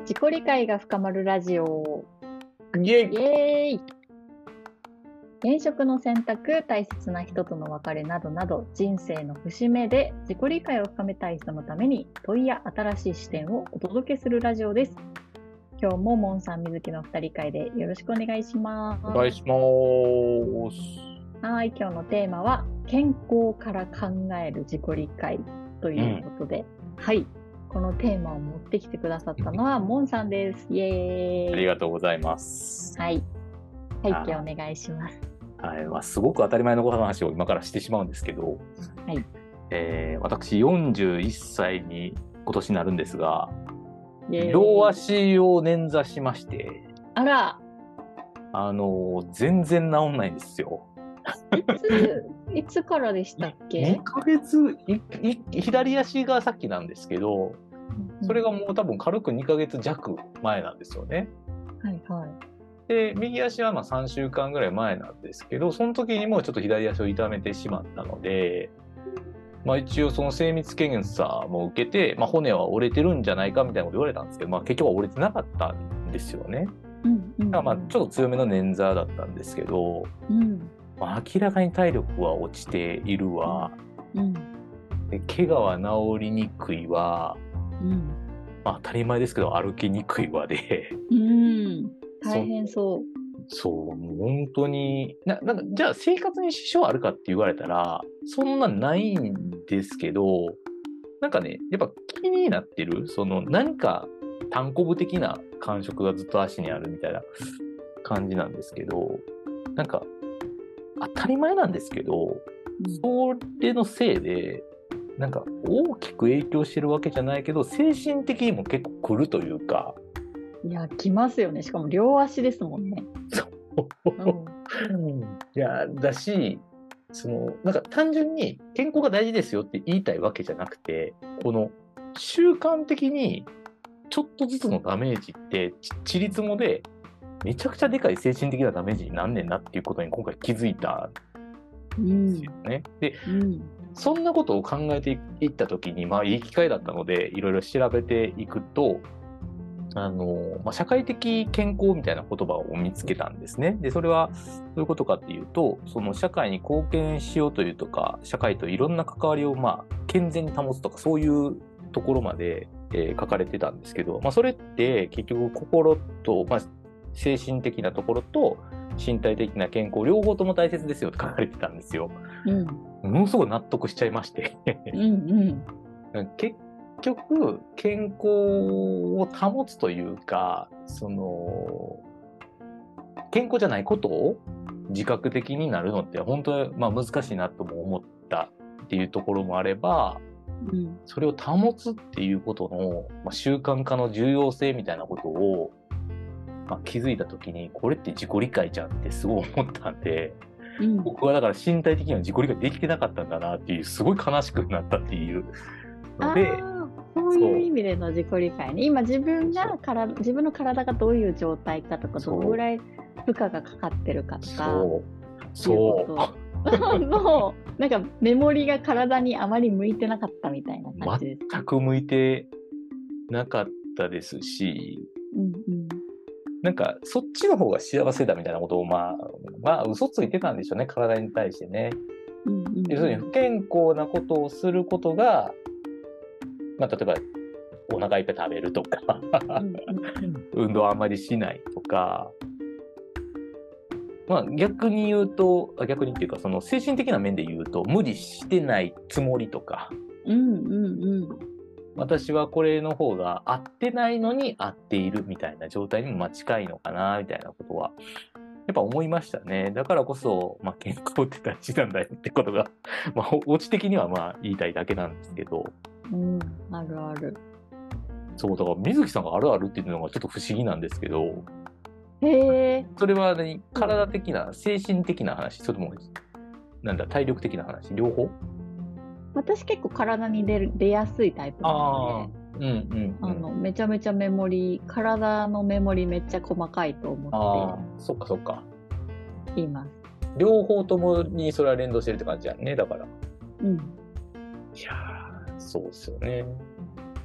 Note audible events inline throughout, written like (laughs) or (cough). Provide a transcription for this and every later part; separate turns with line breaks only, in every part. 自己理解が深まるラジオ
イエイ
イエーイ現職の選択大切な人との別れなどなど人生の節目で自己理解を深めたい人のために問いや新しい視点をお届けするラジオです今日もモンさん水木の二人会でよろしくお願いします
お願いします。
はい今日のテーマは健康から考える自己理解ということで、はいこのテーマを持ってきてくださったのはモンさんですイエーイ
ありがとうございます。
はい。背
あ
景お願いします。
はい、まあ、すごく当たり前のことの話を今からしてしまうんですけど、
はい
えー私41歳に今年なるんですが、
イエーイ
両。足を捻挫しまして、
あら、
あのー全然治んないんですよ。
いつ、 (laughs) いつからでしたっけ
2ヶ月いい左足がさっきなんですけど、それがもう多分軽く2ヶ月弱前なんですよね。
うん。はいはい。
で右足はまあ3週間ぐらい前なんですけどその時にもうちょっと左足を痛めてしまったので、まあ、一応その精密検査も受けて、まあ、骨は折れてるんじゃないかみたいなこと言われたんですけど、まあ、結局は折れてなかったんですよね。
うんうん、うん。
だからまあちょっと強めの捻挫だったんですけど、
うん。
まあ、明らかに体力は落ちているわ
うん。
で怪我は治りにくいわ、
うん。
まあ、当たり前ですけど歩きにくいわで。
うん。大変そう。
そう、もう本当に、ななんかじゃあ生活に支障あるかって言われたら、そんなないんですけど、なんかね、やっぱ気になってる、その何か単こぶ的な感触がずっと足にあるみたいな感じなんですけど、なんか当たり前なんですけど、それのせいで、なんか大きく影響してるわけじゃないけど、精神的にも結構来るというか、
うんいや、来ますよね。しかも両足ですもんね。うん。
いやだしそのなんか単純に健康が大事ですよって言いたいわけじゃなくてこの習慣的にちょっとずつのダメージってちちりつもでめちゃくちゃでかい精神的なダメージになんねんなっていうことに今回気づいた
うん
です
ん
よ。ね。で
うん。
そんなことを考えていった時にまあいい機会だったのでいろいろ調べていくとあの、まあ、社会的健康みたいな言葉を見つけたんですね。でそれはどういうことかっていうとその社会に貢献しようというとか社会といろんな関わりをまあ健全に保つとかそういうところまで、えー書かれてたんですけど、まあ、それって結局心と、まあ、精神的なところと身体的な健康両方とも大切ですよって書かれてたんですよ。
うん。
ものすごい納得しちゃいまして。 (laughs)
うん。うん。
結局健康を保つというかその健康じゃないことを自覚的になるのって本当にまあ難しいなとも思ったっていうところもあれば
うん。
それを保つっていうことの、まあ、習慣化の重要性みたいなことを、まあ、気づいた時にこれって自己理解じゃんってすごい思ったんで
うん。
僕はだから身体的には自己理解できてなかったんだなっていうすごい悲しくなったっていうの
あ
で。
ーそういう意味での自己理解ね。今自分がから自分の体がどういう状態かとか、
そう
どのぐらい負荷がかかってるかとか。
そう。
いう
そ
こと (laughs) のなんかメモリが体にあまり向いてなかったみたいな感じです。
う。全く向いてなかったですし、
うん
なんかそっちの方が幸せだみたいなことを、まあ、まあ、嘘ついてたんでしょうね、体に対してね。
うんうんうん
要するに不健康なことをすることが、まあ、例えば、お腹いっぱい食べるとか、
うんうん
運動あんまりしないとか、まあ、逆に言うと、あ逆にっていうか、その精神的な面で言うと、無理してないつもりとか、
うんうんうん
私はこれの方が合ってないのに合っているみたいな状態にもまあ近いのかなみたいなことはやっぱ思いましたねだからこそ、まあ、健康って大事なんだよってことが (laughs) まあオチ的にはまあ言いたいだけなんですけど
うんうんあるある。
そうだから水木さんがあるあるっていうのがちょっと不思議なんですけど
へえ。
それは何体的な精神的な話それともなんだ体力的な話両方
私結構体に出る出やすいタイプなので。
うんうん、うん、
あのめちゃめちゃメモリ体のメモリめっちゃ細かいと
あ
思
ーそっかそっか
っています。
両方ともにそれは連動してるって感じだねだから
うん、
いやーそうですよね。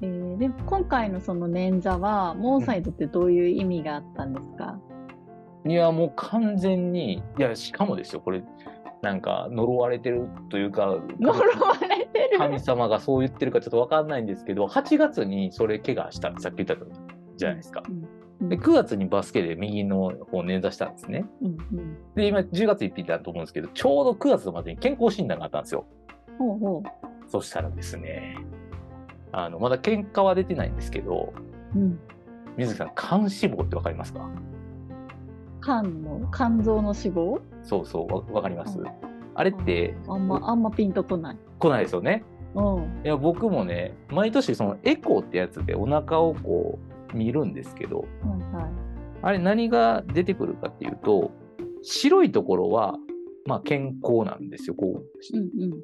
えーでも今回のその捻挫はモーサイドってどういう意味があったんですか、
いや、もう完全に、いや、しかもですよ、これ、なんか呪われてるというか、
呪われてる
神様がそう言ってるかちょっとわかんないんですけど、8月にそれ怪我したってさっき言ったじゃないですか。
うん
で、9月にバスケで右の方捻挫したんですね。
うんうん
で、今10月1日だと思うんですけど、ちょうど9月までに健康診断があったんですよ。
ほうほ
そしたらですね、あの、まだ喧嘩は出てないんですけど、
う、うん、
水木さん、肝脂肪ってわかりますか
肝の肝臓の脂肪
そうそう、わわかります、あれって、
あんまあんまピンとこない
来ないですよね。
うん
いや僕もね毎年そのエコーってやつでお腹をこう見るんですけど
はいはい
あれ何が出てくるかっていうと白いところはまあ健康なんですよこう、
うんうん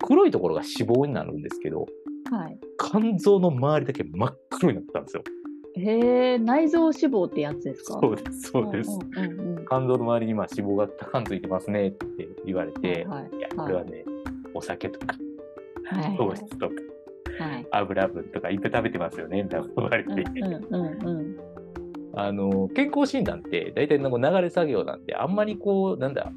黒いところが脂肪になるんですけど
はい
肝臓の周りだけ真っ黒になってたんですよ
へえ内臓脂肪ってやつですか
そうですそうです、
んうんうんうん
肝臓の周りにまあ脂肪がたくさんついてますねって言われて、
はい
いやこれはね、お酒とか
はい
糖質とか
はい
油分とかいっぱい食べてますよねみたいなこと言われて、
うんうんうんうん
あの健康診断って大体なんか流れ作業なんであんまりこうなんだ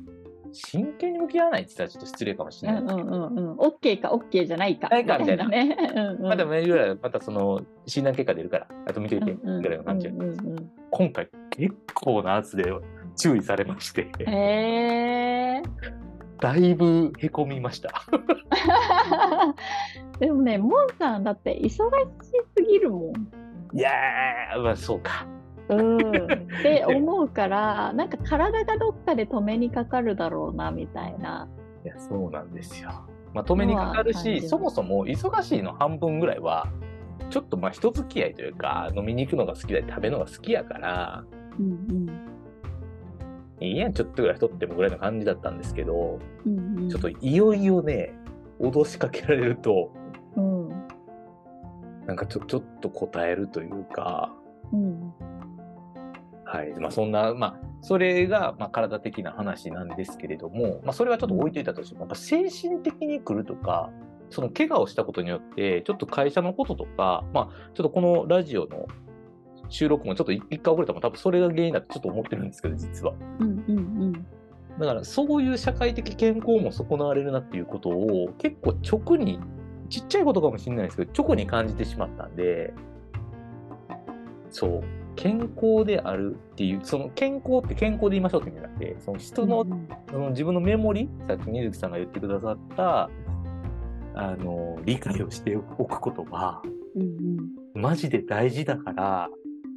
真剣に向き合わないって言ったらちょっと失礼かもし
う
れない、
んうんうんうんオッケーかオッケーじゃないか
ないかみたいな
ねうんうん
まだメールはまたその診断結果出るからあと見といて
うんうん
ぐらいの感じ、
うんうん
今回結構な圧で注意されまして
うんへえ
だいぶへこみました
(laughs) でもねモンさんだって忙しすぎるもん
いやーまあそうか
うん、って思うからなんか体がどっかで止めにかかるだろうなみたいない
やそうなんですよまあ止めにかかる
そうは感じ
し
る
そもそも忙しいの半分ぐらいはちょっとまあ人付き合いというか飲みに行くのが好きだり食べるのが好きやから
うん
いいやん、ちょっとぐらい太ってもぐらいの感じだったんですけど、
うんうんうん
ちょっといよいよね、脅しかけられると、
うん
なんかちょちょっと答えるというか、
うん
はい。まあそんな、まあ、それが、まあ体的な話なんですけれども、まあそれはちょっと置いといたとしても、やっぱ精神的に来るとか、その怪我をしたことによって、ちょっと会社のこととか、まあちょっとこのラジオの収録もちょっと一一回遅れたも多分それが原因だとちょっと思ってるんですけど、実は。
うんうん
だからそういう社会的健康も損なわれるなっていうことを結構直にちっちゃいことかもしれないですけど直に感じてしまったんでそう健康であるっていうその健康って健康で言いましょうって意味じゃなくてその人の,、
うん
その自分のメモリさっき水木さんが言ってくださったあの理解をしておくことが
うん
マジで大事だから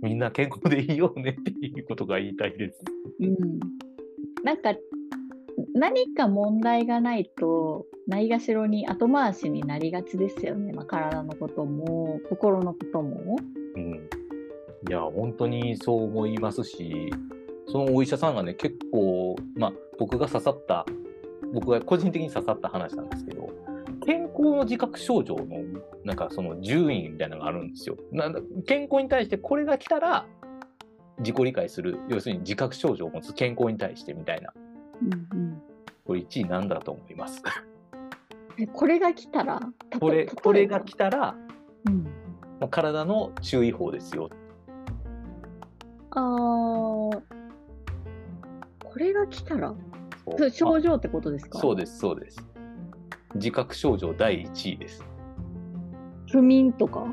みんな健康でいいよねっていうことが言いたいです。
うんなんか何か問題がないとないがしろに後回しになりがちですよね、まあ、体のことも心のことも。
うん、いや本当にそう思いますしそのお医者さんがね結構、まあ、僕が刺さった僕が個人的に刺さった話なんですけど健康の自覚症状のなんかその順位みたいなのがあるんですよ。なんだ健康に対してこれが来たら自己理解する要するに自覚症状を持つ健康に対してみたいな
うん
これ1位なんだと思います。
うん、えこれが来たらたと (laughs)
これ
例えば
これが来たら
うん
もう体の注意報ですよ。
あーこれが来たら
そう
それ症状ってことですか
そうです、そうです。自覚症状第1位です。
不眠とか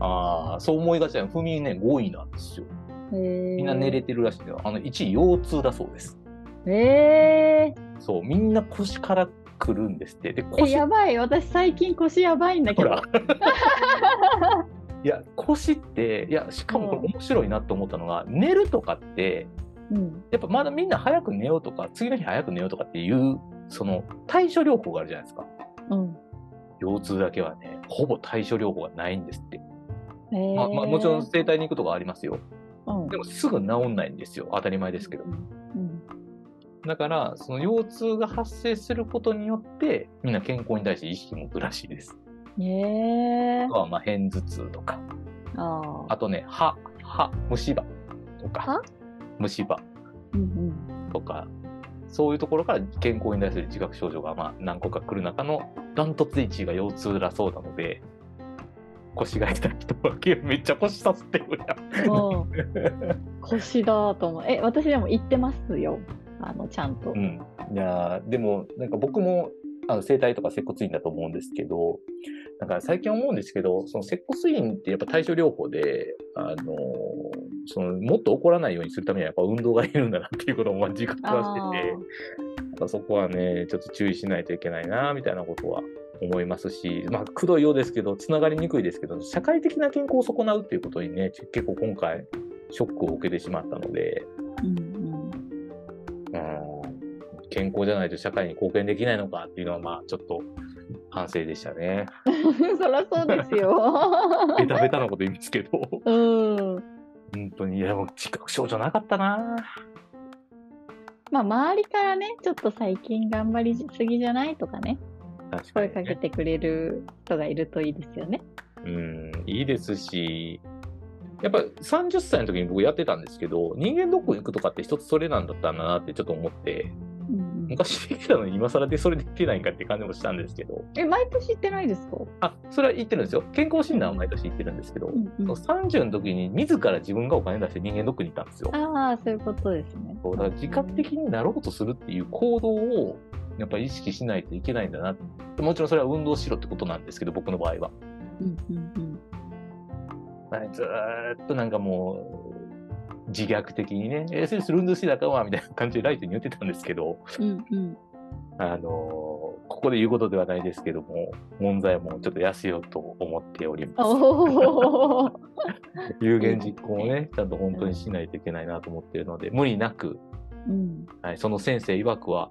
ああ、そう思いがちだよ。不眠ね、5位なんですよ。
み
みんな寝れてるらしいけど、あの、1位、腰痛だそうです。
えー
そう、みんな腰からくるんですって。で、
え
腰、
やばい私最近腰やばいんだけ
ほ
ど
ら。 (laughs) いや、腰って、いや、しかもこれ面白いなと思ったのが、寝るとかって、
うん
やっぱまだみんな早く寝ようとか、次の日早く寝ようとかっていう、その、対処療法があるじゃないですか。
うん
腰痛だけはね、ほぼ対処療法がないんですって。
えー
まあ、まあ、もちろん整体に行くとかはありますよ。
うん
でもすぐ治んないんですよ。当たり前ですけど
う。ん
だから、その腰痛が発生することによって、みんな健康に対して意識持つらしいです。
うんえ
あとは、まあ、片頭痛とか。
ー、ああ
あとね、歯、歯、虫歯とか
歯。
虫歯
うん
とか。そういうところから健康に対する自覚症状がまあ何個か来る中のダントツ1位が腰痛だそうなので、腰が痛い人はめっちゃ腰さすってるやん。
もう
(laughs)
腰だと思う。え、私でも行ってますよ。あの、ちゃんと。
うん、いやーでもなんか僕もあの整体とか接骨院だと思うんですけどなんか最近思うんですけどその接骨院ってやっぱ対処療法で、あのーそのもっと起こらないようにするためにはやっぱ運動がいるんだなっていうことをまあ自覚はしててなんかそこはねちょっと注意しないといけないなみたいなことは思いますし、まあ、くどいようですけどつながりにくいですけど社会的な健康を損なうっていうことにね結構今回ショックを受けてしまったので。
うんうん。
うん健康じゃないと社会に貢献できないのかっていうのはまあちょっと反省でした
(laughs)
ね。
そりゃそうですよ。
ベタベタなこと言いますけど
(laughs) うん。
本当にいやもう自覚症状なかったな。
まあ、周りからね、ちょっと最近頑張りすぎじゃないとかね、
確か
声
に、
かけ
ね。
てくれる人がいるといいですよね。
うんいいですし。やっぱ30歳の時に僕やってたんですけど人間ドック行くとかって一つそれなんだったんだなってちょっと思って
うんうん、
昔できたのに今更でそれできてないんかって感じもしたんですけど
え、毎年行ってないですか、
あそれは言ってるんですよ健康診断は毎年言ってるんですけど、
うんうん、
30の時に自ら自分がお金出して人間ドックに行ったんですよ。
ああ、そういうことですね。
そうだから自覚的になろうとするっていう行動をやっぱり意識しないといけないんだなもちろんそれは運動しろってことなんですけど僕の場合は、
うんうん
はいずーっとなんかもう自虐的にね「えそれする運動してたらあかんわ」みたいな感じでライトに言ってたんですけど
うんうんうん
あのーここで言うことではないですけども問題もちょっと痩せようと思っております
おー
有言実行をねちゃんと本当にしないといけないなと思ってるので無理なく
(laughs) うん
はい、その先生曰くは、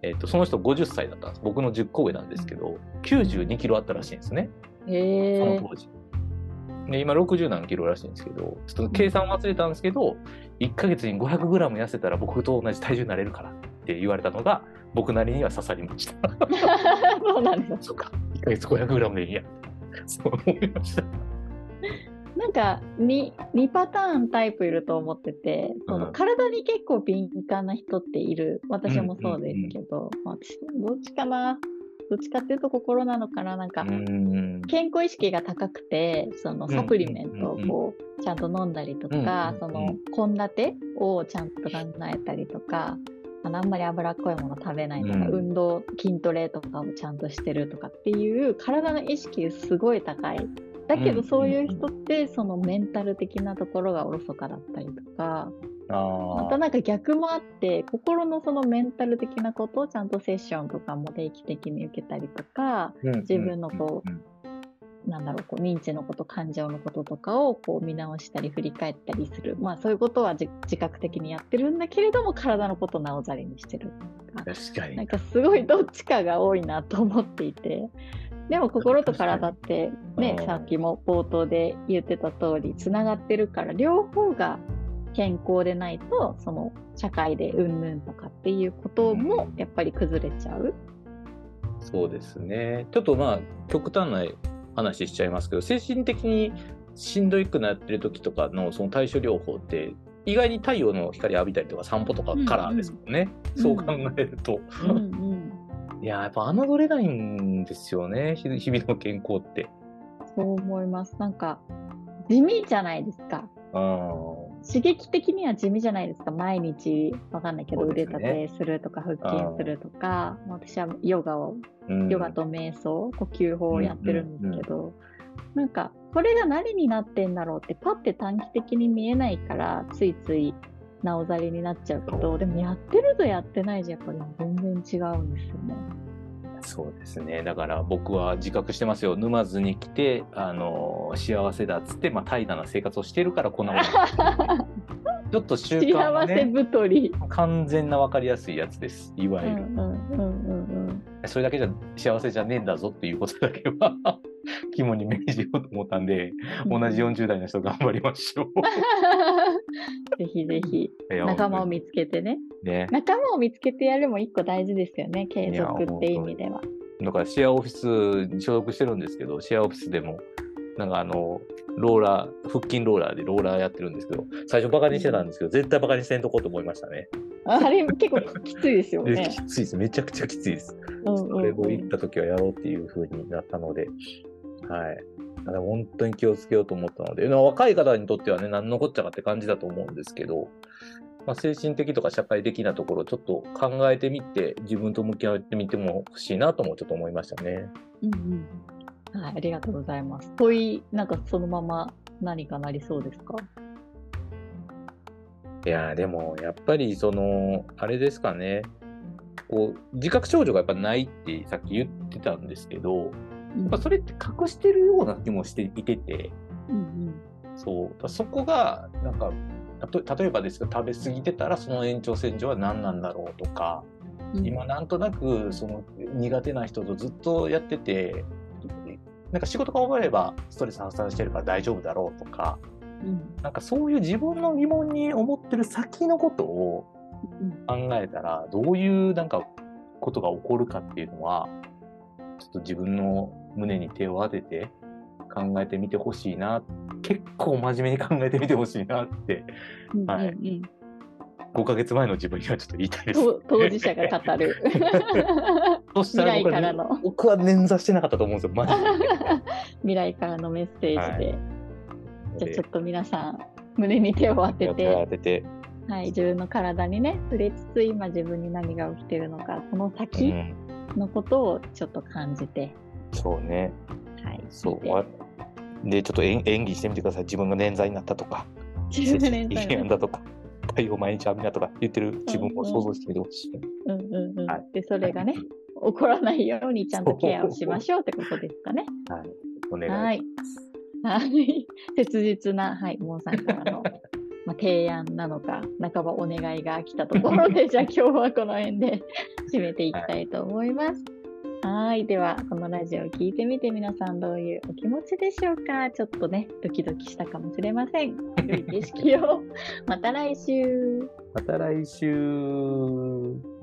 えっとその人50歳だったんです僕の10個上なんですけど92キロあったらしいんですね
へ
その
え
当時、で今60何キロらしいんですけどちょっと計算忘れたんですけど1ヶ月に500グラム痩せたら僕と同じ体重になれるからって言われたのが僕なりには刺さりました
(laughs)
(laughs)
そうなんですよ
そうか1ヶ月500グラムでいいやそう思いました
なんか 2, 2パターンタイプいると思っててその、
うん
体に結構敏感な人っている私もそうですけど、まあ私どっちかなどっちかっていうと心なのかななんか、
うん
健康意識が高くてそのサプリメントを
うんうんうん
こうちゃんと飲んだりと
う
か
ん
そ
うんう
の献立をちゃんと考えたりとかあのあんまり脂っこいもの食べないとか、
うん
運動筋トレとかもちゃんとしてるとかっていう体の意識すごい高いだけ
うんうんう
ど
ん
そういう人ってそのメンタル的なところがおろそかだったりとかま
あ
たなんか逆もあって心のそのメンタル的なことをちゃんとセッションとかも定期的に受けたりとか自
自
分のこ
うんうん
なんだろうこう認知のこと感情のこととかをこう見直したり振り返ったりする、まあ、そういうことはじ自覚的にやってるんだけれども体のことをなおざりにしてる
確か
なん
に
かすごいどっちかが多いなと思っていてでも心と体って、ね
う、ん
さっきも冒頭で言ってた通りつながってるから両方が健康でないとその社会でうんぬんとかっていうこともやっぱり崩れちゃう。
そうですね。ちょっとまあ極端な話しちゃいますけど、精神的にしんどいくなってる時とかのその対処療法って意外に太陽の光浴びたりとか散歩とかカラーですもんね。
うん
そう考えると、
うんうん、
いやーやっぱ侮れないんですよね。日々日々の健康って。
(laughs) そう思いますなんか地味じゃないですか
あ
刺激的には地味じゃないですか毎日わかんないけど
そうで
腕
す
立て
ね
するとか腹筋するとかまあ私はヨガを
ー
ヨガ。と瞑想呼吸法をやってるんですけどなんかこれが何になってんだろうってパッて短期的に見えないからついついなおざりになっちゃうけどでもやってるとやってないじゃやっぱり全然違うんですよね。
うんそうですね。だから僕は自覚してますよ。沼津に来てあのー幸せだっつってまあ怠惰な生活をしてるからこんなこと (laughs) になってる。ちょっと習慣を
幸
ね
せ。太り、
完全な分かりやすいやつですいわ
う
ゆ
ん
る、
うんうんうんうん
それだけじゃ幸せじゃねえんだぞっていうことだけは (laughs) 肝に銘じようと思ったんで、同じ40代の人頑張りましょ
(laughs) ぜひぜひ
ういや
仲間を
本
見つけてね
当にね
仲間を見つけてやるも一個大事ですよね継続って意味では
だからシェアオフィスに所属してるんですけどシェアオフィスでもなんかあのローラー腹筋ローラーでローラーやってるんですけど最初バカにしてたんですけど、絶対バカにしてんとこうと思いましたね
あれ結構きついですよ
で
ね (laughs)
きついですめちゃくちゃきついです
うん
そ
うん
れ
う
を行っ
ん
た時はやろうっていう風になったので、はい。だから本当に気をつけようと思ったので、まあ若い方にとってはね、何のこっちゃかって感じだと思うんですけど、まあ、精神的とか社会的なところ、ちょっと考えてみて、自分と向き合ってみても欲しいなともちょっと思いましたね。
うんうん。はい、ありがとうございます。問い、なんかそのまま何かなりそうですか
いやーでもやっぱりそのあれですかねこう自覚症状がやっぱないってさっき言ってたんですけど
うん
やっぱそれって隠してるような気もしていてて
うん
そうだからそこがなんかたと例えばですけど食べ過ぎてたらその延長線上は何なんだろうとか
うん。
今なんとなくその苦手な人とずっとやっててなんか仕事が終わればストレス発散してるから大丈夫だろうとか
うん
なんかそういう自分の疑問に思ってる先のことを
うん
考えたらどういうなんかことが起こるかっていうのはちょっと自分の胸に手を当てて考えてみてほしいな結構真面目に考えてみてほしいなって
うん。
はい
うんうん
5ヶ月前の自分にはちょっと言いたいです
と当事者が語る。 (laughs)
そし
未
たら
来
僕
か
は
ら
ね
の、
僕は捻挫してなかったと思うんですよマジ
未来からのメッセージで、じゃ (laughs)
で。
あちょっと皆さん、胸に手を当て
手を
て、
当てて、
はい、自分の体にね、触れつつ、今自分に何が起きてるのか、その
う
先
ん、
のことをちょっと感じて、
そうね
はい、
そう
見
わでちょっと演演技してみてください自分が捻挫になったとか
て自分の
(laughs) 精神的なんだとか太陽毎日浴びなとか言ってる自分を想像してみてほしい。
うんうんうん
はい
で、それがね、起こらないようにちゃんとケアをしましょうってことですかね。
はい、 (laughs) お願いします
はい。はい。 (laughs) 切実な、はい、モンさんから
(laughs)
の、まあ、提案なのか、半ばお願いが来たところ
(laughs)
で、じゃあ今日はこの辺で締めていきたいと思います。はい。では、このラジオを聞いてみて、皆さんどういうお気持ちでしょうかちょっとね、ドキドキしたかもしれません。
(laughs)
良い景色を。また来週。
また来週。